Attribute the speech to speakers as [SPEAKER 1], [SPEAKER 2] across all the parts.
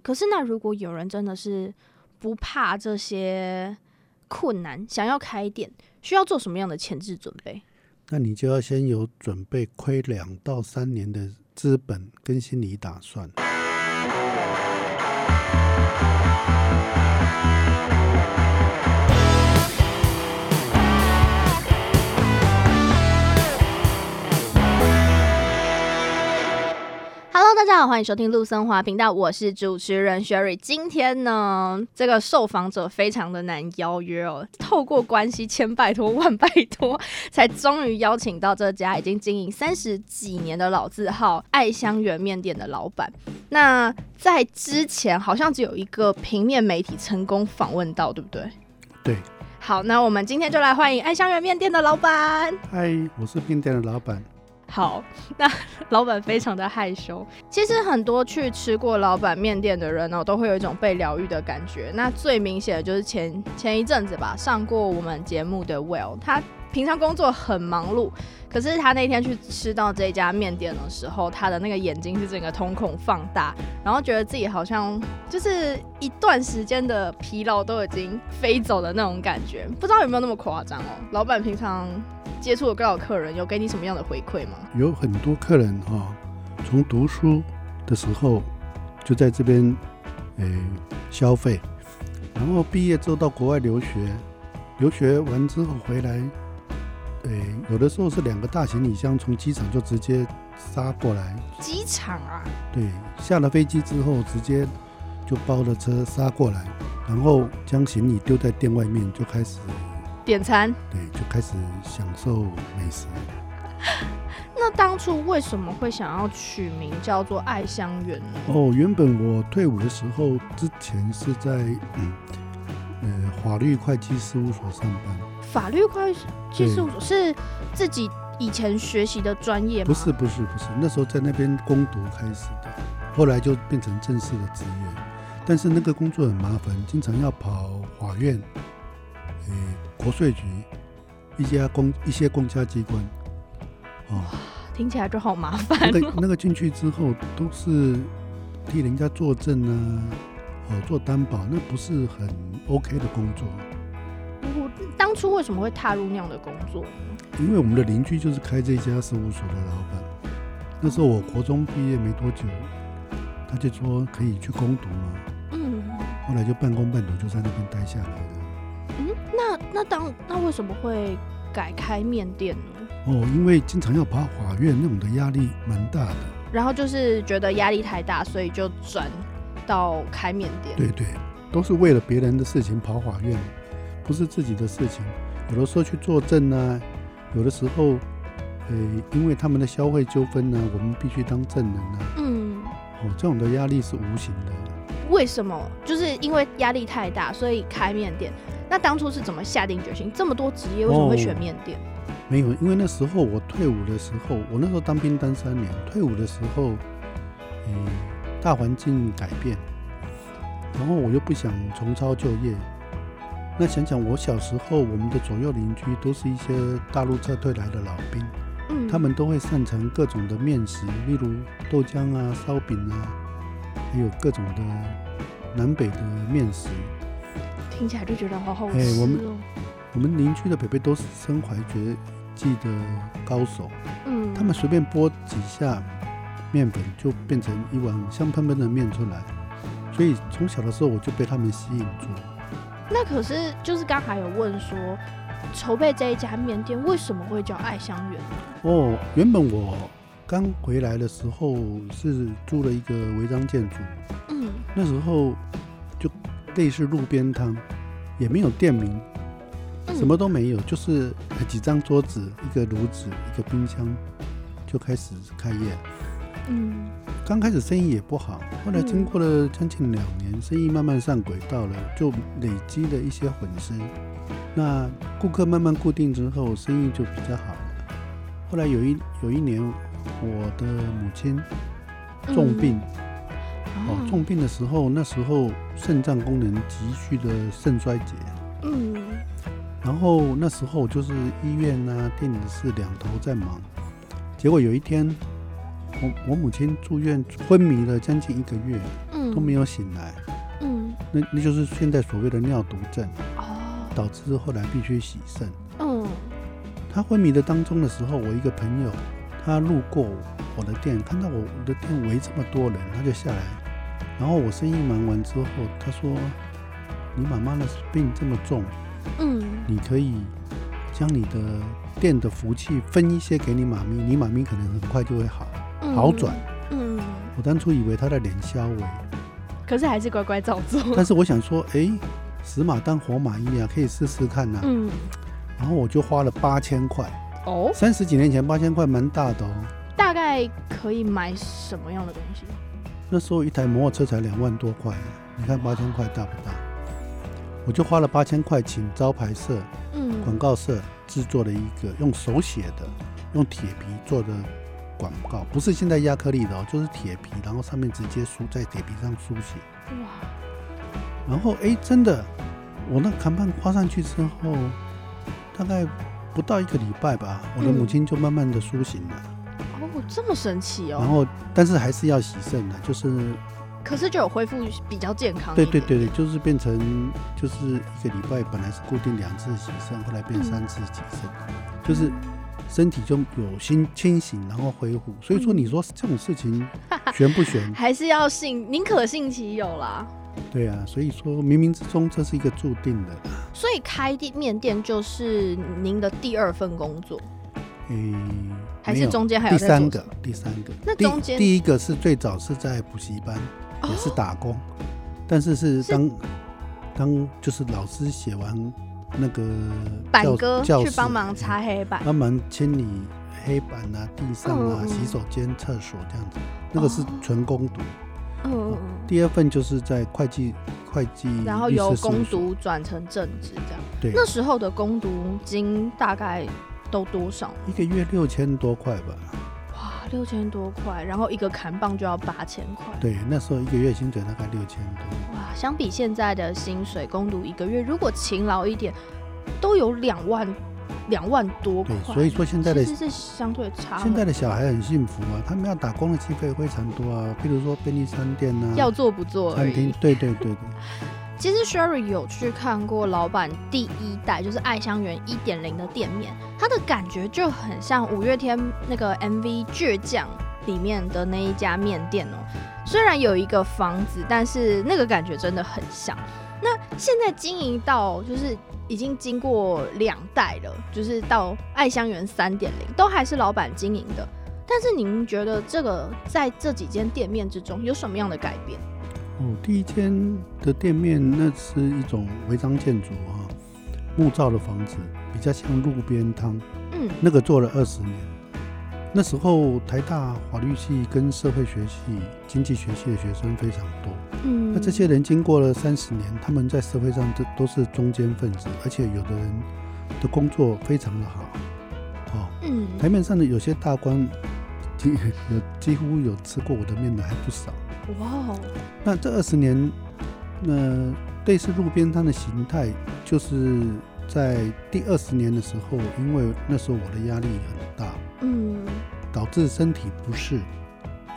[SPEAKER 1] 可是，那如果有人真的是不怕这些困难，想要开店，需要做什么样的前置准备？
[SPEAKER 2] 那你就要先有准备亏两到三年的资本跟心理打算。
[SPEAKER 1] Hello，大家好，欢迎收听陆森华频道，我是主持人 Sherry。今天呢，这个受访者非常的难邀约哦，透过关系千拜托万拜托，才终于邀请到这家已经经营三十几年的老字号爱香园面店的老板。那在之前好像只有一个平面媒体成功访问到，对不对？
[SPEAKER 2] 对，
[SPEAKER 1] 好，那我们今天就来欢迎爱香园面店的老板。
[SPEAKER 2] 嗨，我是面店的老板。
[SPEAKER 1] 好， 那老板非常的害羞。其实很多去吃过老板面店的人哦，都会有一种被疗愈的感觉。那最明显的就是前前一阵子吧，上过我们节目的 Will，他平常工作很忙碌，可是他那天去吃到这家面店的时候，他的那个眼睛是整个瞳孔放大，然后觉得自己好像就是一段时间的疲劳都已经飞走的那种感觉。不知道有没有那么夸张哦？老板平常接触的各老客人有给你什么样的回馈吗？
[SPEAKER 2] 有很多客人哈、从读书的时候就在这边，呃，消费，然后毕业之后到国外留学，留学完之后回来，呃，有的时候是两个大行李箱从机场就直接杀过来，
[SPEAKER 1] 机场啊，
[SPEAKER 2] 对，下了飞机之后直接就包了车杀过来，然后将行李丢在店外面，就开始，
[SPEAKER 1] 点餐。
[SPEAKER 2] 对，就开始享受美食。
[SPEAKER 1] 那当初为什么会想要取名叫做爱香园呢？
[SPEAKER 2] 哦，原本我退伍的时候，之前是在嗯呃法律会计事务所上班，
[SPEAKER 1] 法律会计事务所是自己以前学习的专业吗？
[SPEAKER 2] 不是，不是不是，那时候在那边攻读开始的，后来就变成正式的职业。但是那个工作很麻烦，经常要跑法院、呃国税局、一家公一些公家机关。哦，
[SPEAKER 1] 听起来就好麻
[SPEAKER 2] 那
[SPEAKER 1] 烦。哦
[SPEAKER 2] 个那个进去之后都是替人家作证啊，哦做担保，那不是很 OK 的工作。
[SPEAKER 1] 我当初为什么会踏入那样的工作？
[SPEAKER 2] 因为我们的邻居就是开这家事务所的老板。那时候我国中毕业没多久，他就说可以去攻读嘛，
[SPEAKER 1] 嗯，
[SPEAKER 2] 后来就半工半读就在那边待下来了。
[SPEAKER 1] 那那当那为什么会改开面店呢？
[SPEAKER 2] 哦，因为经常要爬法院，那种的压力蛮大的。
[SPEAKER 1] 然后就是觉得压力太大，所以就转到开面店。
[SPEAKER 2] 对对，都是为了别人的事情跑法院，不是自己的事情。有的时候去作证啊，有的时候，呃，因为他们的消费纠纷呢，我们必须当证人啊。
[SPEAKER 1] 嗯，
[SPEAKER 2] 哦，这种的压力是无形的。
[SPEAKER 1] 为什么？就是因为压力太大，所以开面店。那当初是怎么下定决心？这么多职业，为什么会选面店？
[SPEAKER 2] 没有，因为那时候我退伍的时候，我那时候当兵当三年，退伍的时候，嗯，大环境改变，然后我又不想重操旧业。那想想我小时候，我们的左右邻居都是一些大陆撤退来的老兵，
[SPEAKER 1] 嗯，
[SPEAKER 2] 他们都会擅长各种的面食，例如豆浆啊、烧饼啊，还有各种的南北的面食。
[SPEAKER 1] 听起来就觉得好好吃
[SPEAKER 2] 哎
[SPEAKER 1] 哦。
[SPEAKER 2] 我们我们邻居的北北都是身怀绝技的高手。
[SPEAKER 1] 嗯，
[SPEAKER 2] 他们随便拨几下面粉，就变成一碗香喷喷的面出来。所以从小的时候我就被他们吸引住。
[SPEAKER 1] 那可是就是刚才有问说，筹备这一家面店为什么会叫爱香园？
[SPEAKER 2] 哦，原本我刚回来的时候是租了一个违章建筑，
[SPEAKER 1] 嗯，
[SPEAKER 2] 那时候就类似路边摊，也没有店名，
[SPEAKER 1] 嗯
[SPEAKER 2] 什么都没有，就是几张桌子、一个炉子、一个冰箱，就开始开业。
[SPEAKER 1] 嗯，
[SPEAKER 2] 刚开始生意也不好，后来经过了将近两年，生意慢慢上轨道了，就累积了一些混资。那顾客慢慢固定之后，生意就比较好了。后来有一有一年，我的母亲
[SPEAKER 1] 嗯
[SPEAKER 2] 重病，
[SPEAKER 1] 哦
[SPEAKER 2] 哦，重病的时候，那时候肾脏功能急剧的肾衰竭，
[SPEAKER 1] 嗯
[SPEAKER 2] 然后那时候就是医院啊、电影室两头在忙，结果有一天，我我母亲住院昏迷了将近一个月。
[SPEAKER 1] 嗯嗯
[SPEAKER 2] 都没有醒来，
[SPEAKER 1] 嗯，
[SPEAKER 2] 那那就是现在所谓的尿毒症，
[SPEAKER 1] 哦，
[SPEAKER 2] 导致后来必须洗肾。
[SPEAKER 1] 嗯
[SPEAKER 2] 他昏迷的当中的时候，我一个朋友他路过我的店，看到我我的店围这么多人，他就下来，然后我生意忙完之后，他说：“你妈妈的病这么重，
[SPEAKER 1] 嗯，
[SPEAKER 2] 你可以将你的店的福气分一些给你妈咪，你妈咪可能很快就会好。”
[SPEAKER 1] 嗯
[SPEAKER 2] 好转。
[SPEAKER 1] 嗯，
[SPEAKER 2] 我当初以为他的脸消微，
[SPEAKER 1] 可是还是乖乖照做。
[SPEAKER 2] 但是我想说，诶，死马当活马医啊，可以试试看呐、
[SPEAKER 1] 嗯，
[SPEAKER 2] 然后我就花了八千块，
[SPEAKER 1] 哦，
[SPEAKER 2] 三十几年前八千块蛮大的哦。
[SPEAKER 1] 大概可以买什么样的东西？
[SPEAKER 2] 那时候一台摩托车才两万多块，啊你看八千块大不大？我就花了八千块请招牌社、
[SPEAKER 1] 嗯，
[SPEAKER 2] 广告社制作了一个用手写的、用铁皮做的广告，不是现在亚克力的哦，就是铁皮，然后上面直接书在铁皮上书写。
[SPEAKER 1] 哇，
[SPEAKER 2] 然后哎，真的，我那扛棒花上去之后，大概不到一个礼拜吧，我的母亲就慢慢的苏醒了。
[SPEAKER 1] 哦，这么神奇
[SPEAKER 2] 然
[SPEAKER 1] 哦。
[SPEAKER 2] 后，但是还是要洗肾的，就是
[SPEAKER 1] 可是就有恢复比较健康。
[SPEAKER 2] 哦对对对，对，就是变成就是一个礼拜本来是固定两次洗肾，后来变
[SPEAKER 1] 嗯
[SPEAKER 2] 三次洗肾，就是身体就有新清醒，然后恢复。所以说，
[SPEAKER 1] 嗯
[SPEAKER 2] 你说这种事情 悬不悬？
[SPEAKER 1] 还是要信，宁可信其有啦。
[SPEAKER 2] 对啊，所以说冥冥之中这是一个注定的。
[SPEAKER 1] 所以开店面店就是您的第二份工作，
[SPEAKER 2] 诶，
[SPEAKER 1] 还
[SPEAKER 2] 没
[SPEAKER 1] 是
[SPEAKER 2] 有
[SPEAKER 1] 中间还
[SPEAKER 2] 第
[SPEAKER 1] 有在做
[SPEAKER 2] 三
[SPEAKER 1] 什
[SPEAKER 2] 个
[SPEAKER 1] 么，
[SPEAKER 2] 第三个。
[SPEAKER 1] 那
[SPEAKER 2] 第
[SPEAKER 1] 中间哦
[SPEAKER 2] 第一个是最早是在补习班，也是打工，但是是
[SPEAKER 1] 是
[SPEAKER 2] 当当就是老师写完那个
[SPEAKER 1] 板
[SPEAKER 2] 教
[SPEAKER 1] 哥
[SPEAKER 2] 教
[SPEAKER 1] 去
[SPEAKER 2] 室
[SPEAKER 1] 帮忙擦黑板。
[SPEAKER 2] 帮忙清理黑板啊、地上啊、
[SPEAKER 1] 嗯嗯嗯
[SPEAKER 2] 洗手间、厕所这样子，那个是
[SPEAKER 1] 哦
[SPEAKER 2] 纯攻读。
[SPEAKER 1] 嗯嗯嗯。
[SPEAKER 2] 第二份就是在会计会计律师事务所，
[SPEAKER 1] 然后由攻读转成正职这样。
[SPEAKER 2] 对，
[SPEAKER 1] 那时候的攻读金大概都多少？
[SPEAKER 2] 一个月六千多块吧。
[SPEAKER 1] 哇，六千多块，然后一个砍棒就要八千块。
[SPEAKER 2] 对，那时候一个月薪水大概六千多。
[SPEAKER 1] 哇，相比现在的薪水，攻读一个月如果勤劳一点，都有两万两万多块
[SPEAKER 2] 对。，所以说现在的
[SPEAKER 1] 其实是相对差很。
[SPEAKER 2] 现在的小孩很幸福啊，他们要打工的机会非常多啊，譬如说便利商店啊、
[SPEAKER 1] 要做不做而
[SPEAKER 2] 餐厅
[SPEAKER 1] 已。，
[SPEAKER 2] 对对对对，
[SPEAKER 1] 其实 Sherry 有去看过老板第一代，就是爱香园一点零的店面，它的感觉就很像五月天那个 MV《倔强》里面的那一家面店哦。虽然有一个房子，但是那个感觉真的很像。那现在经营到就是已经经过两代了，就是到爱香园三点零，都还是老板经营的。但是您觉得这个在这几间店面之中有什么样的改变？
[SPEAKER 2] 哦，第一间的店面那是一种违章建筑啊，木造的房子，比较像路边摊，
[SPEAKER 1] 嗯
[SPEAKER 2] 那个做了二十年。那时候台大法律系跟社会学系、经济学系的学生非常多，
[SPEAKER 1] 嗯
[SPEAKER 2] 那这些人经过了三十年，他们在社会上这都是中间分子，而且有的人的工作非常的好，哦，
[SPEAKER 1] 嗯
[SPEAKER 2] 台面上的有些大官，几有几乎有吃过我的面的还不少。
[SPEAKER 1] 哇哦，
[SPEAKER 2] 那这二十年，那、类似路边摊的形态，就是在第二十年的时候，因为那时候我的压力很大，
[SPEAKER 1] 嗯
[SPEAKER 2] 导致身体不适，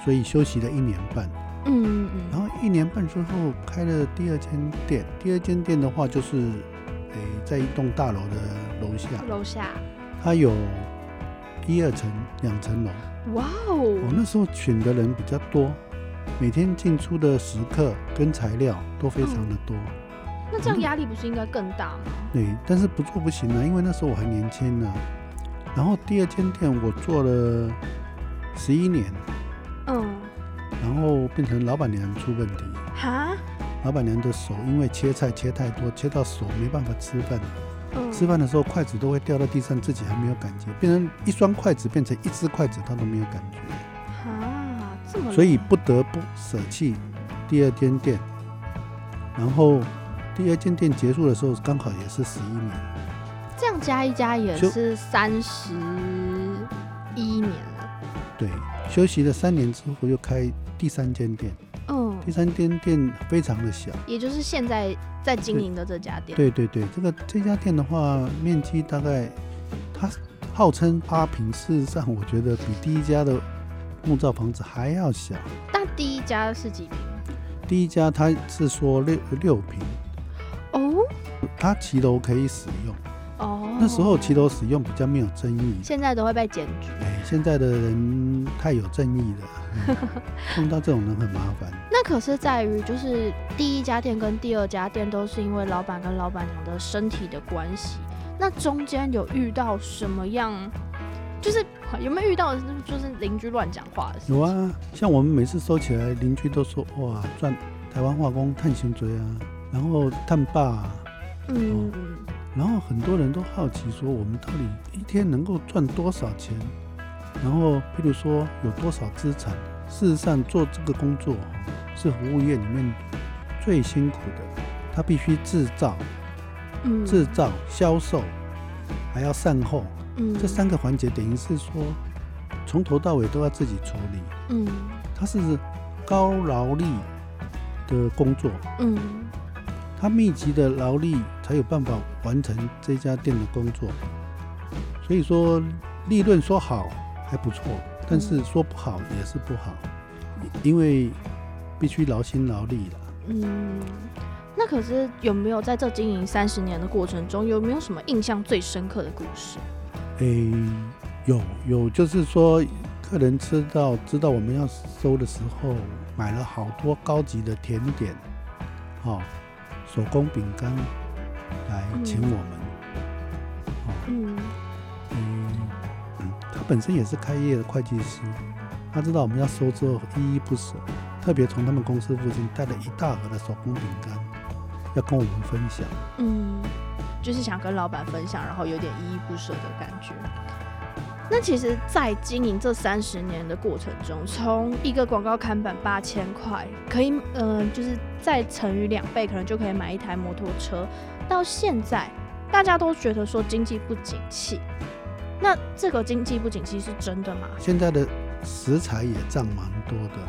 [SPEAKER 2] 所以休息了一年半。
[SPEAKER 1] 嗯
[SPEAKER 2] 然后一年半之后开了第二间店，第二间店的话就是，诶、在一栋大楼的楼下，
[SPEAKER 1] 嗯，楼下，
[SPEAKER 2] 它有一二层、两层楼。
[SPEAKER 1] 哇
[SPEAKER 2] 我
[SPEAKER 1] 哦，
[SPEAKER 2] 那时候选的人比较多，每天进出的食客跟材料都非常的多。
[SPEAKER 1] 那这样压力不是应该更大吗？
[SPEAKER 2] 对，但是不做不行啊，因为那时候我还年轻呢、然后第二间店我做了十一年，
[SPEAKER 1] 嗯，
[SPEAKER 2] 然后变成老板娘出问题，
[SPEAKER 1] 哈，
[SPEAKER 2] 老板娘的手因为切菜切太多，切到手没办法吃饭，
[SPEAKER 1] 嗯，
[SPEAKER 2] 吃饭的时候筷子都会掉到地上，自己还没有感觉，变成一双筷子变成一只筷子，她都没有感觉。
[SPEAKER 1] 哈，这么，
[SPEAKER 2] 所以，不得不舍弃第二间店。然后第二间店结束的时候，刚好也是十一年，
[SPEAKER 1] 这样加一加也
[SPEAKER 2] 就是
[SPEAKER 1] 三十一年了，
[SPEAKER 2] 对，休息了三年之后又开第三间店。
[SPEAKER 1] 嗯，
[SPEAKER 2] 第三间店非常的小，
[SPEAKER 1] 也就是现在在经营的这家店，
[SPEAKER 2] 对对对，这个这家店的话，面积大概它号称八平，事实上我觉得比第一家的木造房子还要小。
[SPEAKER 1] 但第一家是几平？
[SPEAKER 2] 第一家他是说六六平，
[SPEAKER 1] 哦
[SPEAKER 2] 它骑楼可以使用。
[SPEAKER 1] 哦，
[SPEAKER 2] 那时候骑楼使用比较没有争议，
[SPEAKER 1] 现在都会被检举。
[SPEAKER 2] 哎，现在的人太有正义了，嗯碰到这种人很麻烦。
[SPEAKER 1] 那可是在于，就是第一家店跟第二家店都是因为老板跟老板娘的身体的关系。那中间有遇到什么样？就是有没有遇到就是邻居乱讲话的事情？
[SPEAKER 2] 有，啊，像我们每次收起来，邻居都说哇赚台湾化工碳行锥啊，然后碳霸、啊，
[SPEAKER 1] 嗯
[SPEAKER 2] 哦，然后很多人都好奇说我们到底一天能够赚多少钱，然后譬如说有多少资产。事实上，做这个工作是服务业里面最辛苦的，他必须制造、
[SPEAKER 1] 嗯
[SPEAKER 2] 制造、销售，还要善后，
[SPEAKER 1] 嗯
[SPEAKER 2] 这三个环节等于是说从头到尾都要自己处理。
[SPEAKER 1] 嗯
[SPEAKER 2] 它是高劳力的工作，
[SPEAKER 1] 嗯
[SPEAKER 2] 它密集的劳力才有办法完成这家店的工作。所以说，利润说好还不错，但是说不好也是不好，因为必须劳心劳力了。
[SPEAKER 1] 嗯。那可是有没有在这经营三十年的过程中，有没有什么印象最深刻的故事？
[SPEAKER 2] 诶，有有，就是说客人吃到知道我们要收的时候，买了好多高级的甜点，好、手工饼干来请我们。
[SPEAKER 1] 嗯
[SPEAKER 2] 嗯嗯，他本身也是开业的会计师，他知道我们要收之后依依不舍，特别从他们公司附近带了一大盒的手工饼干，要跟我们分享。
[SPEAKER 1] 嗯，就是想跟老板分享，然后有点依依不舍的感觉。那其实，在经营这三十年的过程中，从一个广告看板八千块，可以，嗯、就是再乘以两倍，可能就可以买一台摩托车，到现在大家都觉得说经济不景气。那这个经济不景气是真的吗？
[SPEAKER 2] 现在的食材也涨蛮多的。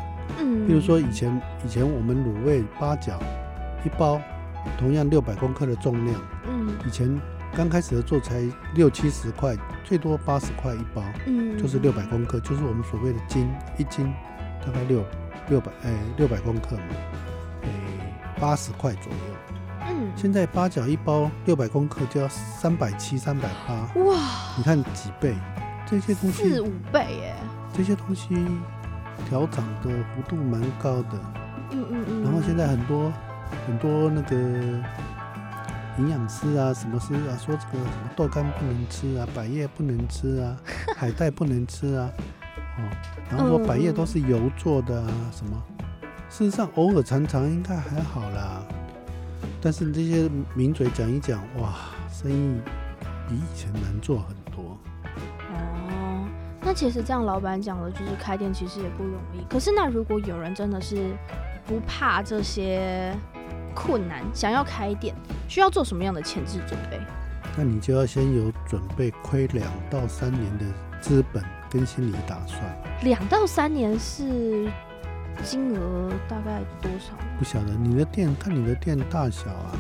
[SPEAKER 1] 嗯，
[SPEAKER 2] 比如说以前以前我们卤味八角一包，同样六百公克的重量，
[SPEAKER 1] 嗯
[SPEAKER 2] 以前刚开始的做才六七十块，最多八十块一包，
[SPEAKER 1] 嗯，
[SPEAKER 2] 就是六百公克，就是我们所谓的斤，一斤大概六六百哎六百公克嘛，哎八十块左右。
[SPEAKER 1] 嗯，
[SPEAKER 2] 现在八角一包六百公克就要三百七三百八，
[SPEAKER 1] 哇，
[SPEAKER 2] 你看几倍？这些东
[SPEAKER 1] 四
[SPEAKER 2] 西
[SPEAKER 1] 五倍耶，
[SPEAKER 2] 这些东西调涨的幅度蛮高的。
[SPEAKER 1] 嗯嗯嗯，
[SPEAKER 2] 然后现在很多很多那个营养师啊，什么师啊，说这个什么豆干不能吃啊，百叶不能吃啊，海带不能吃啊，哦，然后说百叶都是油做的啊，什么，事实上偶尔尝尝应该还好啦，但是这些名嘴讲一讲，哇，生意比以前难做很多。
[SPEAKER 1] 哦，那其实这样老板讲的，就是开店其实也不容易。可是那如果有人真的是不怕这些困难，想要开店，需要做什么样的前置准备？
[SPEAKER 2] 那你就要先有准备亏两到三年的资本跟心理打算。
[SPEAKER 1] 两到三年是金额大概多少？
[SPEAKER 2] 不晓得你的店，看你的店大小啊。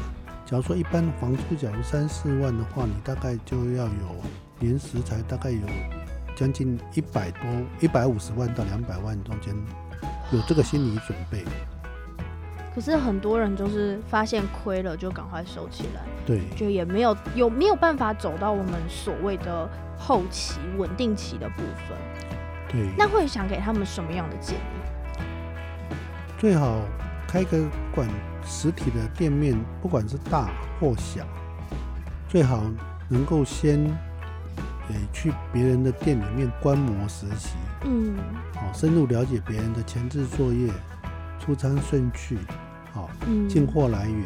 [SPEAKER 2] 假如说一般房租假如三四万的话，你大概就要有连食材大概有将近一百多、一百五十万到两百万中间有这个心理准备。
[SPEAKER 1] 可是很多人就是发现亏了就赶快收起来，
[SPEAKER 2] 对，
[SPEAKER 1] 就也没有有没有办法走到我们所谓的后期稳定期的部分。
[SPEAKER 2] 对。
[SPEAKER 1] 那会想给他们什么样的建议？
[SPEAKER 2] 最好开个馆实体的店面，不管是大或小，最好能够先也去别人的店里面观摩实习。
[SPEAKER 1] 嗯
[SPEAKER 2] 好、哦深入了解别人的前置作业、出餐顺序、好、
[SPEAKER 1] 嗯，
[SPEAKER 2] 进货来源，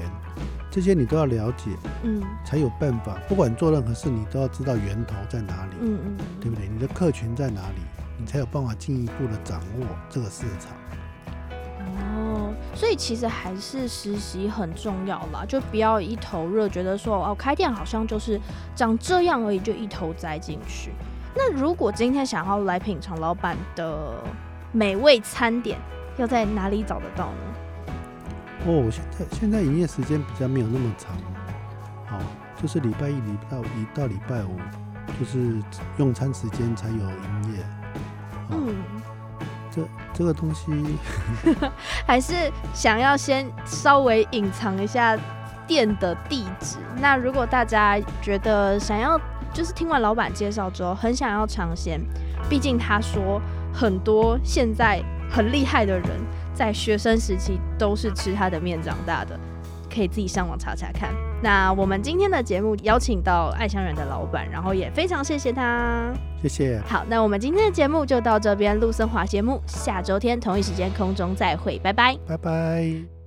[SPEAKER 2] 这些你都要了解，
[SPEAKER 1] 嗯
[SPEAKER 2] 才有办法。不管做任何事，你都要知道源头在哪里，
[SPEAKER 1] 嗯嗯，
[SPEAKER 2] 对不对？你的客群在哪里，你才有办法进一步的掌握这个市场。
[SPEAKER 1] 哦，所以其实还是实习很重要啦，就不要一头热，觉得说哦，开店好像就是长这样而已，就一头栽进去。那如果今天想要来品尝老板的美味餐点，要在哪里找得到呢？
[SPEAKER 2] 哦，现在现在营业时间比较没有那么长，好、就是礼拜一、礼拜一到礼拜五，就是用餐时间才有营业。好
[SPEAKER 1] 嗯
[SPEAKER 2] 哦这这个东西，
[SPEAKER 1] 还是想要先稍微隐藏一下店的地址。那如果大家觉得想要，就是听完老板介绍之后，很想要尝鲜，毕竟他说很多现在很厉害的人在学生时期都是吃他的面长大的，可以自己上网查查看。那我们今天的节目邀请到爱香园的老板，然后也非常谢谢他。
[SPEAKER 2] 谢谢，
[SPEAKER 1] 好，那我们今天的节目就到这边，陆森华节目，下周天同一时间空中再会，拜拜。
[SPEAKER 2] 拜拜。